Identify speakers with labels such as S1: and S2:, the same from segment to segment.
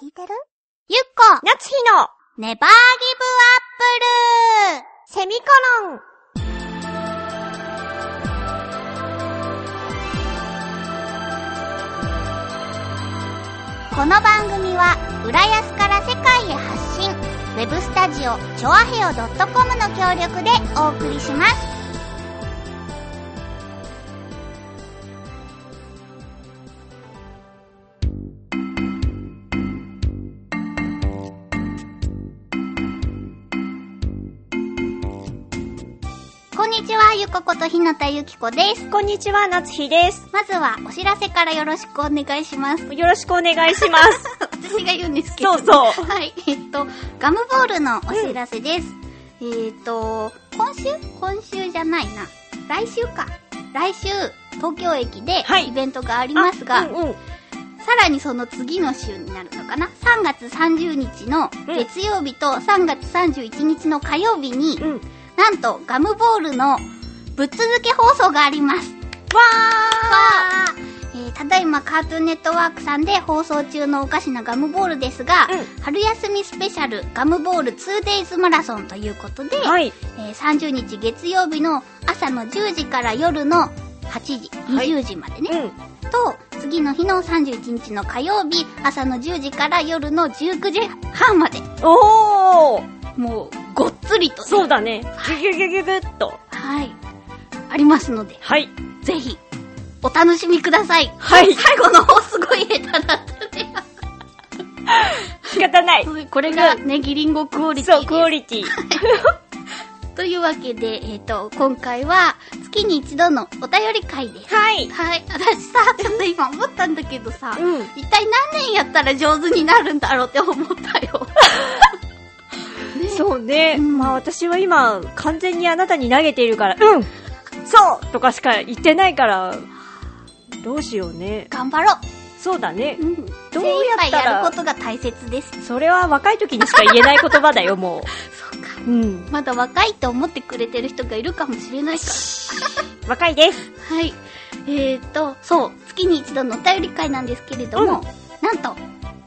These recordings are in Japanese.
S1: 聞いてるゆっこ
S2: 夏日の
S1: ネバーギブアップル
S2: セミコロン
S1: この番組は浦安から世界へ発信ウェブスタジオチョアヘオ .com の協力でお送りしますこんにちはゆこことひなたゆきこです
S2: こんにちは夏日です
S1: まずはお知らせからよろしくお願いします
S2: よろしくお願いします
S1: 私が言うんですけど
S2: そうそう
S1: はい、えっと、ガムボールのお知らせです。えっと、今週今週じゃないな。来週か。来週、東京駅で
S2: はい
S1: イベントがありますが、
S2: あうんうん
S1: さらにその次の週になるのかな。3月30日の
S2: うん
S1: 月曜日と3月31日の火曜日に、
S2: うん
S1: なんとガムボールのぶっ続け放送があります。
S2: わ
S1: わーえーただいまカートゥーンネットワークさんで放送中のおかしなガムボールですが、
S2: う
S1: 春休みスペシャルガムボール 2days マラソンということで、
S2: ーはい
S1: えー30日月曜日の朝の10時から夜の8時、
S2: はい
S1: 20時までね、
S2: うん
S1: と次の日の31日の火曜日朝の10時から夜の19時半まで
S2: おー
S1: もうごっつりとね、
S2: そうだねギュギュギュギュギュっと
S1: はいありますので
S2: はい
S1: ぜひお楽しみください
S2: はい
S1: 最後の方すごい下手だったね
S2: 仕方ない
S1: これがネギリンゴクオリティ
S2: そ
S1: です
S2: うクオリティ
S1: というわけで、えっ、と、今回は月に一度のお便り会です。
S2: はい
S1: はい。私さ、ちょっと今思ったんだけどさ、
S2: うん
S1: 一体何年やったら上手になるんだろうって思った よ。ね
S2: そうね、
S1: うん
S2: まあ私は今完全にあなたに投げているからうんそうとかしか言ってないからどうしようね
S1: 頑張ろ
S2: そうだね
S1: う。うん。
S2: どうや
S1: 精
S2: ったら
S1: 一杯やることが大切です。
S2: それは若い時にしか言えない言葉だよも
S1: そうか。
S2: ううん
S1: まだ若いと思ってくれてる人がいるかもしれないから。
S2: 若いです
S1: はい。えっ、ー、と、そう、月に一度のお便り会なんですけれども、
S2: うん
S1: なんと、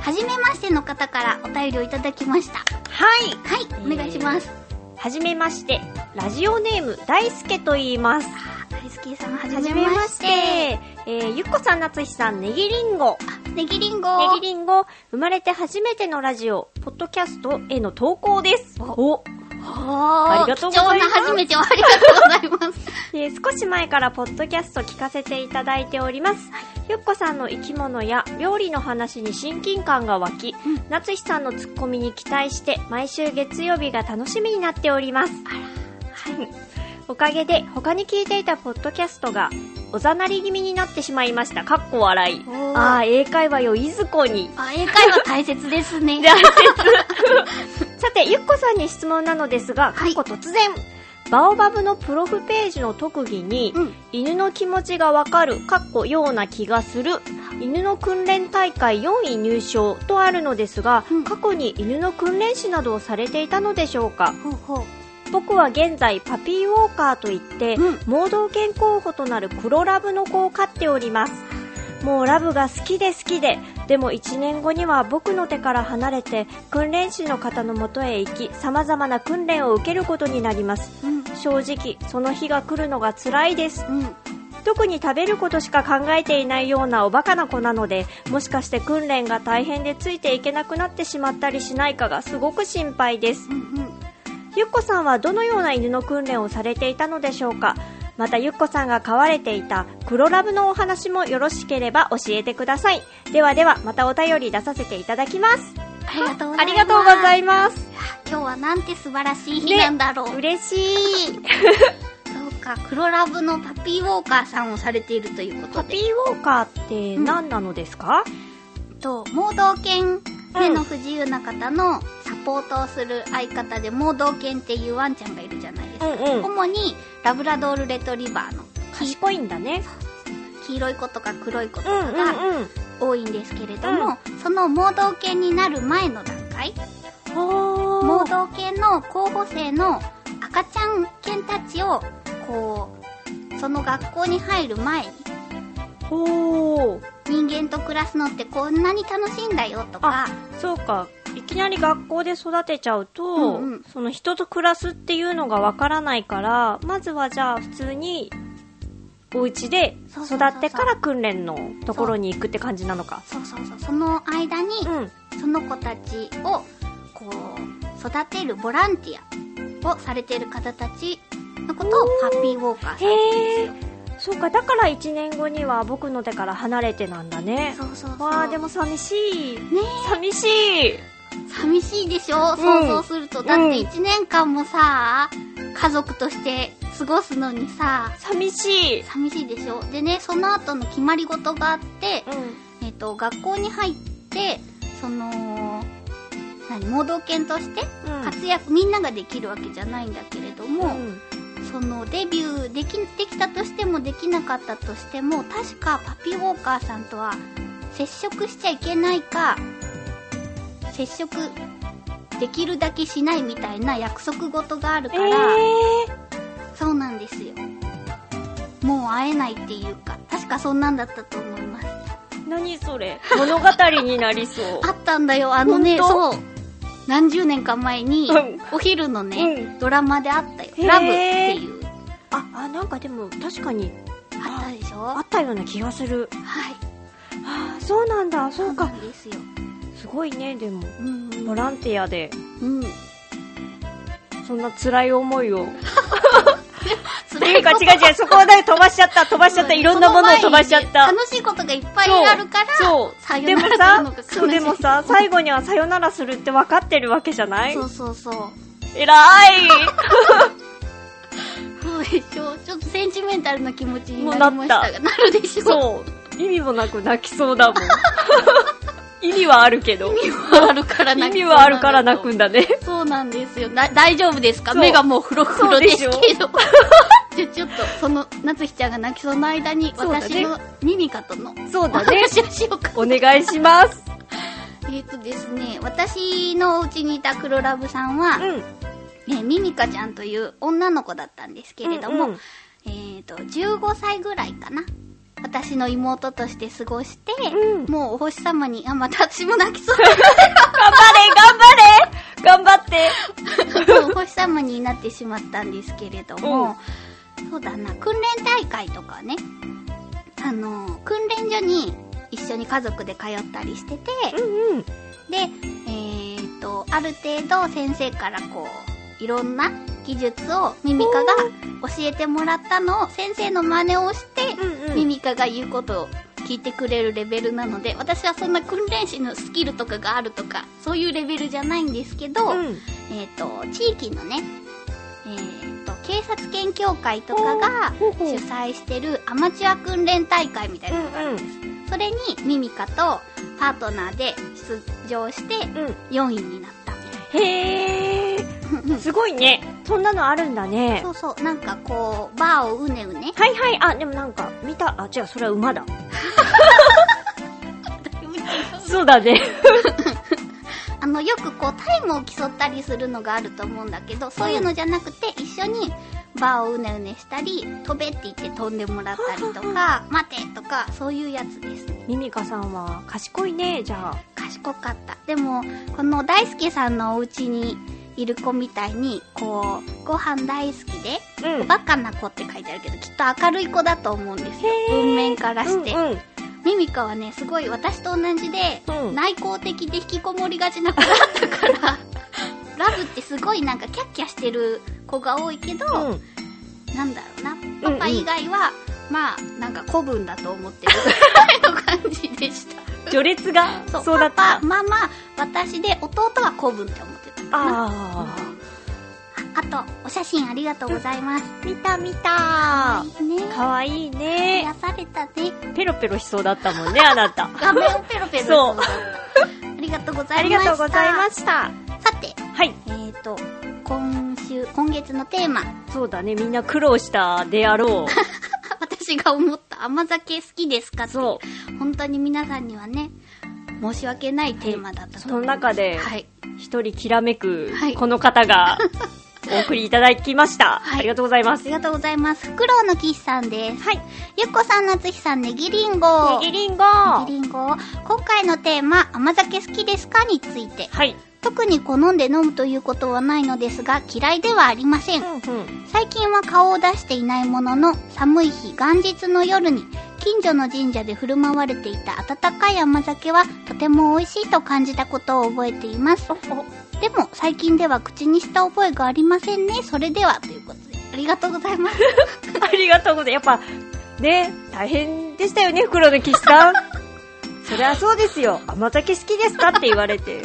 S1: はじめましての方からお便りをいただきました。
S2: はい
S1: はい、お願いします。
S2: はじめましてラジオネーム大輔と言います
S1: あ大好きさん、はじ
S2: はじ
S1: め
S2: め
S1: ま
S2: ま
S1: し。
S2: しててえー、ゆっこさんなつひさんねぎりんご
S1: ネギリンゴ。
S2: ねぎりんご生まれて初めてのラジオポッドキャストへの投稿ですお
S1: あ
S2: ありがとうございま
S1: 貴
S2: す
S1: 重な初めてをありがとうございます。
S2: えー少し前からポッドキャスト聞かせていただいております。ゆっこさんの生き物や料理の話に親近感が湧き、
S1: ん
S2: 夏日さんのツッコミに期待して、毎週月曜日が楽しみになっております。はい。おかげで、他に聞いていたポッドキャストが、おざなり気味になってしまいました。かっこ笑い。
S1: おー
S2: ああ、英会話よ、いずこに。
S1: あ、英会話大切です ね。
S2: 大切さて、ゆっこさんに質問なのですが、かっこ突然、バオバブのプロフページの特技に、
S1: うん。
S2: 犬の気持ちがわかる、かっこような気がする、犬の訓練大会4位入賞とあるのですが、
S1: うん
S2: 過去に犬の訓練士などをされていたのでしょうか
S1: ほうほ
S2: 僕は現在パピーウォーカーといって、
S1: うん
S2: 盲導犬候補となる黒ラブの子を飼っておりますもうラブが好きで好きででも1年後には僕の手から離れて訓練士の方のもとへ行き様々な訓練を受けることになります
S1: う。うん。
S2: 正直その日が来るのが辛いです
S1: うん。
S2: 特に食べることしか考えていないようなおバカな子なのでもしかして訓練が大変でついていけなくなってしまったりしないかがすごく心配です
S1: うん。うん。
S2: ゆっこさんはどのような犬の訓練をされていたのでしょうかまたゆっこさんが飼われていた黒ラブのお話もよろしければ教えてくださいではではまたお便り出させていただきます
S1: ありがとうございます。
S2: ありがとうございます
S1: 今日はなんて素晴らしい日なんだろう。
S2: 嬉しい
S1: いいそうか、黒ラブのパピーウォーカーさんをされているということ
S2: パ
S1: で
S2: ピ。ーウォーカーって何なのですか、
S1: と、盲導犬、目の不自由な方のサポートをする相方で、盲導犬っていうワンちゃんがいるじゃないですか。
S2: うんうん
S1: 主に、ラブラドールレトリバーのき
S2: 賢いんだね
S1: 黄色い子とか黒い子と
S2: うんう
S1: か
S2: ん
S1: が
S2: うん
S1: 多いんですけれども、その盲導犬になる前の段階、
S2: おー
S1: 盲導犬の候補生の赤ちゃん犬たちを、こう、その学校に入る前に、
S2: ほう
S1: 人間と暮らすのってこんなに楽しいんだよとか
S2: あそうかいきなり学校で育てちゃうと、
S1: うんうん
S2: その人と暮らすっていうのがわからないからまずはじゃあ普通にお家で
S1: そうそ
S2: 育
S1: うそうそう
S2: ってから訓練のところに行くって感じなのか
S1: そうそうそうその間に
S2: うん
S1: その子たちをこう育てるボランティアをされてる方たちのことを
S2: お
S1: ハ
S2: ー
S1: ッピーウォーカーさん
S2: へえそうかだから1年後には僕の手から離れてなんだね
S1: そうそうそう
S2: わあでも寂しい
S1: ね
S2: 寂しい
S1: 寂しいでしょ、
S2: ん
S1: 想像するとだっ
S2: うん
S1: て1年間もさ家族として過ごすのにさ
S2: 寂しい
S1: 寂しいでしょでねその後の決まり事があって、
S2: う
S1: えっと学校に入ってその何盲導犬として
S2: んうん
S1: 活躍、みんなができるわけじゃないんだけれども、
S2: うん
S1: そのデビューできできたとしてもできなかったとしても確かパピーウォーカーさんとは接触しちゃいけないか接触できるだけしないみたいな約束事があるから、
S2: え
S1: そうなんですよもう会えないっていうか確かそんなんだったと思います
S2: ー、何 それ物語になりそう
S1: あったんだよあのね
S2: ほ
S1: そう何十年か前に、
S2: うん
S1: お昼のね、
S2: う
S1: ドラマであったよ「
S2: へー
S1: ラブ」っていう
S2: ああなんかでも確かに
S1: あったでしょ
S2: あ
S1: は
S2: ったような気がする
S1: い
S2: あーそうなんだそう
S1: な
S2: か
S1: んですよ
S2: すごいねでも
S1: うんうん
S2: ボランティアで
S1: うん。
S2: そんな辛い思 いを
S1: そ
S2: っていうか違う違うそこをね飛ばしちゃった飛ばしちゃったいろんなものを飛ばしちゃった
S1: 楽しいことがいっぱいあるから、
S2: そう
S1: さよ
S2: でも
S1: ならな
S2: さ
S1: のか悲しい
S2: そうでもさ最後にはさよならするって分かってるわけじゃない
S1: そうそうそう。
S2: えらい
S1: そうでしょ。ちょっとセンチメンタルな気持ちになりました
S2: もう
S1: が、なるでしょ。
S2: そう意味もなく泣きそう だもん意味はあるけど
S1: 意味はあるから
S2: 意
S1: 泣く。
S2: 味はあるから泣くんだね
S1: そうなんですよ。だ大丈夫ですか
S2: そう
S1: 目がもう黒
S2: そ
S1: 黒
S2: う
S1: で
S2: ですしょ
S1: けど。 じゃあちょっと、その、なつひちゃんが泣きそうな間に、
S2: そうだね
S1: 私のミミカとの
S2: そう
S1: お
S2: だね
S1: 話をしようか。
S2: お願いします
S1: えっとですね、私のお家にいた黒ラブさんは、
S2: うん
S1: えーミミカちゃんという女の子だったんですけれども、
S2: うんうん
S1: えっ、と、15歳ぐらいかな。私の妹として過ごして、
S2: うん
S1: もうお星様に、あ、また私も泣きそう。
S2: 頑張れ頑張れ頑張って
S1: もうお星様になってしまったんですけれども、そうだな、訓練大会とかね、あの、訓練所に一緒に家族で通ったりしてて、
S2: うんうん
S1: で、えーっと、ある程度先生からこう、いろんな技術をミミカが教えてもらったのを先生の真似をして、
S2: うん
S1: ミミカが言うことを聞いてくれるレベルなので、私はそんな訓練士のスキルとかがあるとか、そういうレベルじゃないんですけど、
S2: うん
S1: えーっと、地域のね、えーっと、警察犬協会とかが
S2: ほうほう
S1: 主催してるアマチュア訓練大会みたいなのがあるんです。それにミミカとパートナーで出場して
S2: うんうん
S1: 4位になった
S2: へえ
S1: みたいな。
S2: すごいねそんなのあるんだね
S1: そうそう、なんかこう、バーをうねうね。
S2: はいはいあでもなんか見たあ違うそれは馬だそうだね
S1: あの、よくこう、タイムを競ったりするのがあると思うんだけど、そういうのじゃなくて、一緒にバーをうねうねしたり、飛べって言って飛んでもらったりとか、待てとか、そういうやつですね。
S2: ミミカさんは賢いねじゃあ
S1: 賢かった。でも、この大輔さんのお家にいる子みたいに、こう、ご飯大好きで、
S2: うん
S1: バカな子って書いてあるけど、きっと明るい子だと思うんですよ
S2: へ。ー
S1: 文面からして。
S2: うんうん
S1: ミミカはね、すごい私と同じで、
S2: うん
S1: 内向的で引きこもりがちな子だった から、ラブってすごいなんかキャッキャしてる子が多いけど、
S2: うん
S1: なんだろうな。
S2: う
S1: パ
S2: んうん
S1: パ以外は、まあ、なんか古文だと思 ってるぐらいの感じでした。
S2: 序列がそうだっ
S1: パパ、
S2: た
S1: ママ、私で弟は古文って思ってたかな。
S2: あ
S1: ああと、お写真ありがとうございます。
S2: ー見た見た
S1: いいね。
S2: かわいい
S1: 癒
S2: ね
S1: されたね。
S2: ペロペロしそうだったもんねあなた
S1: 画面をペロペロ
S2: そう
S1: ありがとうござ
S2: あ
S1: い
S2: り
S1: まし
S2: が
S1: た
S2: とうございました
S1: さて
S2: はい
S1: えっ、と今週今月のテーマ
S2: そうだねみんな苦労したであろ う
S1: 私が思った甘酒好きですかって
S2: そ
S1: 本当に皆さんにはね申し訳ないテーマだったと
S2: そ
S1: 思
S2: の
S1: う、
S2: 中で
S1: はい
S2: 一人きらめく
S1: はい
S2: この方がお送りいただきました。
S1: はい
S2: ありがとうございま
S1: あ
S2: す。
S1: りがとうございます。フクロウの岸さんです。
S2: はい。
S1: ゆっこさん、なつひさん、ねぎりんご。
S2: ネ
S1: ね
S2: ギリンゴ
S1: ぎりんご。今回のテーマ、甘酒好きですかについて。
S2: はい。
S1: 特に好んで飲むということはないのですが、嫌いではありません。
S2: うんうん。
S1: 最近は顔を出していないものの、寒い日、元日の夜に、近所の神社で振る舞われていた温かい甘酒は、とても美味しいと感じたことを覚えています。でも、最近では口にした覚えがありませんね。それでは、ということで。ありがとうございます。
S2: ありがとうございます。やっぱ、ね、大変でしたよね、袋の岸さ ん。そりゃそうですよ。甘酒好きですかって言われ て。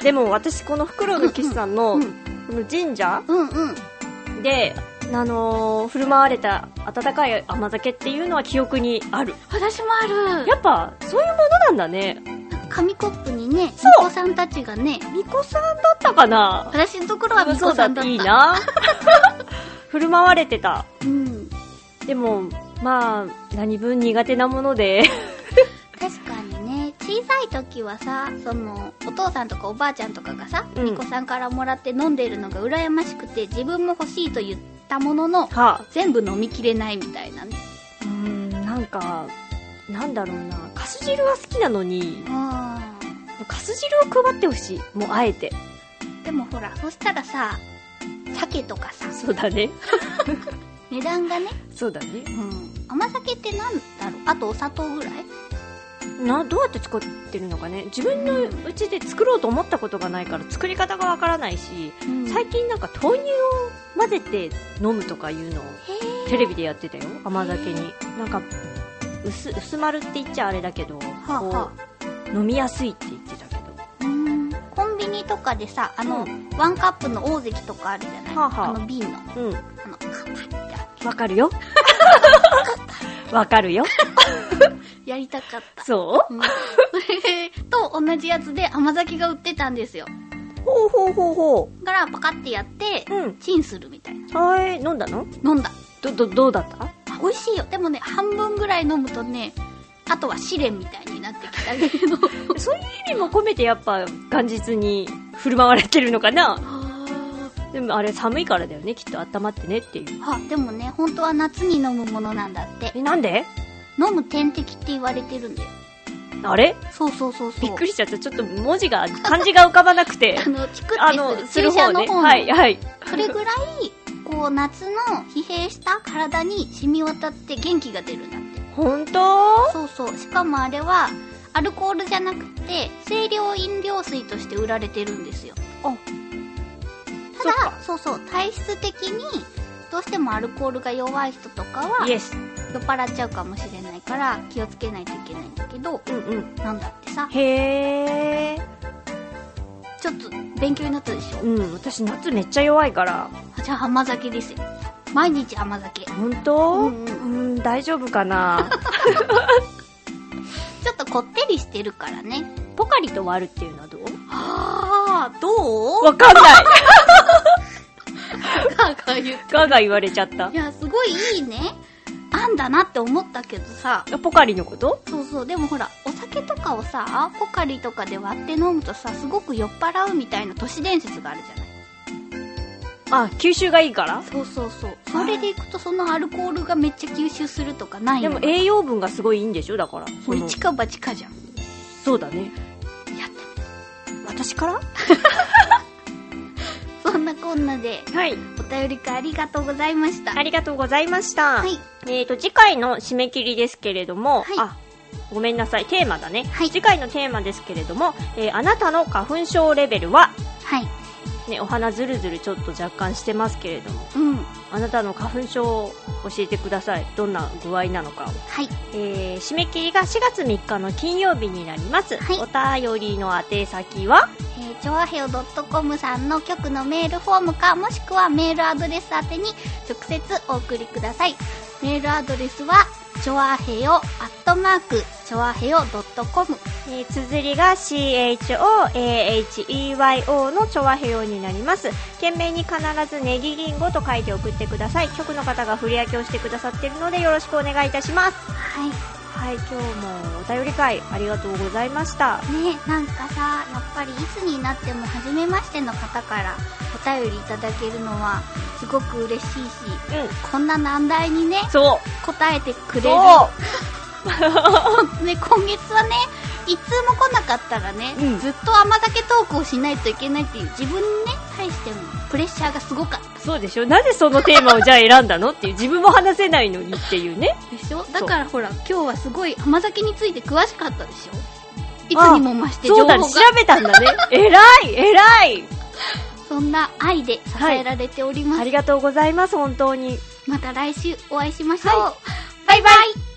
S2: でも私、この袋の岸さんの、
S1: うん
S2: この神社
S1: うんうん。
S2: で、あのー振る舞われた温かい甘酒っていうのは記憶にある。
S1: 私もある
S2: やっぱ、そういうものなんだね。
S1: 紙コップにね
S2: そう
S1: お子さんたちがね
S2: 巫女さんだったかな
S1: 私のところはみこさんだった
S2: いいな。振る舞われてた。
S1: うん
S2: でも、まあ、何分苦手なもので。
S1: 確かにね小さい時はさそのお父さんとかおばあちゃんとかがさ、
S2: うん
S1: みこさんからもらって飲んでるのが羨ましくて自分も欲しいと言ったものの
S2: は
S1: 全部飲みきれないみたいなね
S2: うーん、なんか、なんだろうな。かす汁は好きなのに、
S1: あ
S2: かす汁を配ってほしい。もう、あえて。
S1: ーでもほらそしたらさ鮭とかさ
S2: そうだね。
S1: 値段がね、
S2: そうだね
S1: う。ん、甘酒ってなんだろうあとお砂糖ぐらい
S2: な、どうやって作ってるのかね。自分のうちで作ろうと思ったことがないから、作り方がわからないし、最近なんか豆乳を混ぜて飲むとかいうのを
S1: へ
S2: テレビでやってたよ甘酒になんか薄薄丸って言っちゃあれだけど、
S1: あは
S2: こう飲みやすいって言ってたけど
S1: えうんコンビニとかでさあの、
S2: う
S1: ワンカップの大関とかあるじゃない、
S2: はあはあ
S1: の瓶の
S2: うん
S1: あのカパッて開
S2: わかる よわかるよ
S1: けやりたかった
S2: そ
S1: うんそれ と同じやつで甘酒が売ってたんですよ
S2: うほうほうほうほ
S1: だからパカッてやって、
S2: うん
S1: チンするみたいな
S2: うはい飲んだの
S1: 飲んだ
S2: どどどうだった
S1: あ美味しいよでもね半分ぐらい飲むとねあとは試練みたいになってきたけ ど
S2: そういう意味も込めてやっぱ元日に振る舞われてるのかな
S1: あ
S2: でもあれ寒いからだよねきっと温まってねっていう
S1: あでもね本当は夏に飲むものなんだって
S2: えなんで
S1: 飲む点滴って言われてるんだよ
S2: あれ
S1: そうそうそうそう
S2: びっくりしちゃったちょっと文字が漢字が浮かばなく て
S1: あのチク
S2: あ
S1: っ
S2: の
S1: てす
S2: す
S1: る
S2: る
S1: 注射
S2: 方
S1: の
S2: ね
S1: 方の
S2: はいはい
S1: それぐらい、こう、夏の疲弊した体に染み渡って元気が出るんだって。
S2: 本当
S1: そうそう。しかもあれは、アルコールじゃなくて、清涼飲料水として売られてるんですよ。
S2: あ
S1: ただ、そうそう、体質的に、どうしてもアルコールが弱い人とかは、
S2: イ
S1: 酔っ
S2: エス
S1: 払っちゃうかもしれないから、気をつけないといけないんだけど、
S2: うんうん
S1: なんだってさ、
S2: へえ
S1: ちょっと勉強になったでしょ
S2: うん私夏めっちゃ弱いから
S1: あじゃあ甘酒ですよ。毎日甘酒。
S2: 本当
S1: う
S2: うんん、
S1: う
S2: 大丈夫かな
S1: ちょっとこってりしてるからね。
S2: ポカリと割るっていうのはどう
S1: あー、どう
S2: わかんない
S1: ガーガー言って。
S2: ガーガー言われちゃった
S1: いや、すごいいいね。あんだなって思ったけどさ。
S2: ポカリのこと
S1: そうそう、でもほら、お酒とかをさ、ポカリとかで割って飲むとさ、すごく酔っ払うみたいな都市伝説があるじゃない。
S2: あ吸収がいいから
S1: そうそうそう。それでいくとそのアルコールがめっちゃ吸収するとかない
S2: で
S1: の
S2: も栄養分がすごいいいんでしょだから
S1: も
S2: そうの
S1: 一か八かじゃん。
S2: そうだね
S1: やってみ
S2: 私から
S1: そんなこんなで、
S2: はい
S1: お便り会ありがとうございました。
S2: ありがとうございました、
S1: はい。
S2: えー、と、次回の締め切りですけれども、
S1: はい
S2: あ、ごめんなさい、テーマだね。
S1: はい
S2: 次回のテーマですけれども、えーあなたの花粉症レベルは、
S1: はい。
S2: ね、お花ずるずるちょっと若干してますけれども、
S1: うん。
S2: あなたの花粉症を教えてください。どんな具合なのかを。
S1: はい。
S2: えー締め切りが4月3日の金曜日になります。
S1: はい
S2: お便りの宛先は、
S1: えー、チョアヘオ .com さんの局のメールフォームか、もしくはメールアドレス宛てに直接お送りください。メールアドレスは、チョアヘオアットマーク、チョアヘオ .com。
S2: えー、綴りが CHOAHEYO のチョアヘヨになります。件名に必ずネギリンゴと書いて送ってください。局の方が振り分けをしてくださっているのでよろしくお願いいたします。
S1: はい。
S2: はい、今日もお便り会ありがとうございました。
S1: ねなんかさやっぱりいつになっても初めましての方からお便りいただけるのはすごく嬉しいし
S2: うん。
S1: こんな難題にね
S2: そう。
S1: 答えてくれる
S2: そう。
S1: ね、今月はね一通も来なかったらね、
S2: うん
S1: ずっと甘酒トークをしないといけないっていう自分にね対してもプレッシャーがすごかっ
S2: そうでしょなぜそのテーマをじゃあ選んだのっていう、自分も話せないのにっていうね。
S1: たでしょ
S2: う
S1: だからほら今日はすごい甘酒について詳しかったでしょいつにも増して情
S2: そう
S1: 報
S2: だ
S1: が
S2: ね、調べたんだね。 偉い偉い
S1: そんな愛で支えられております、
S2: ありがとうございます、本当に。
S1: また来週お会いしましょう、
S2: は
S1: バイバイ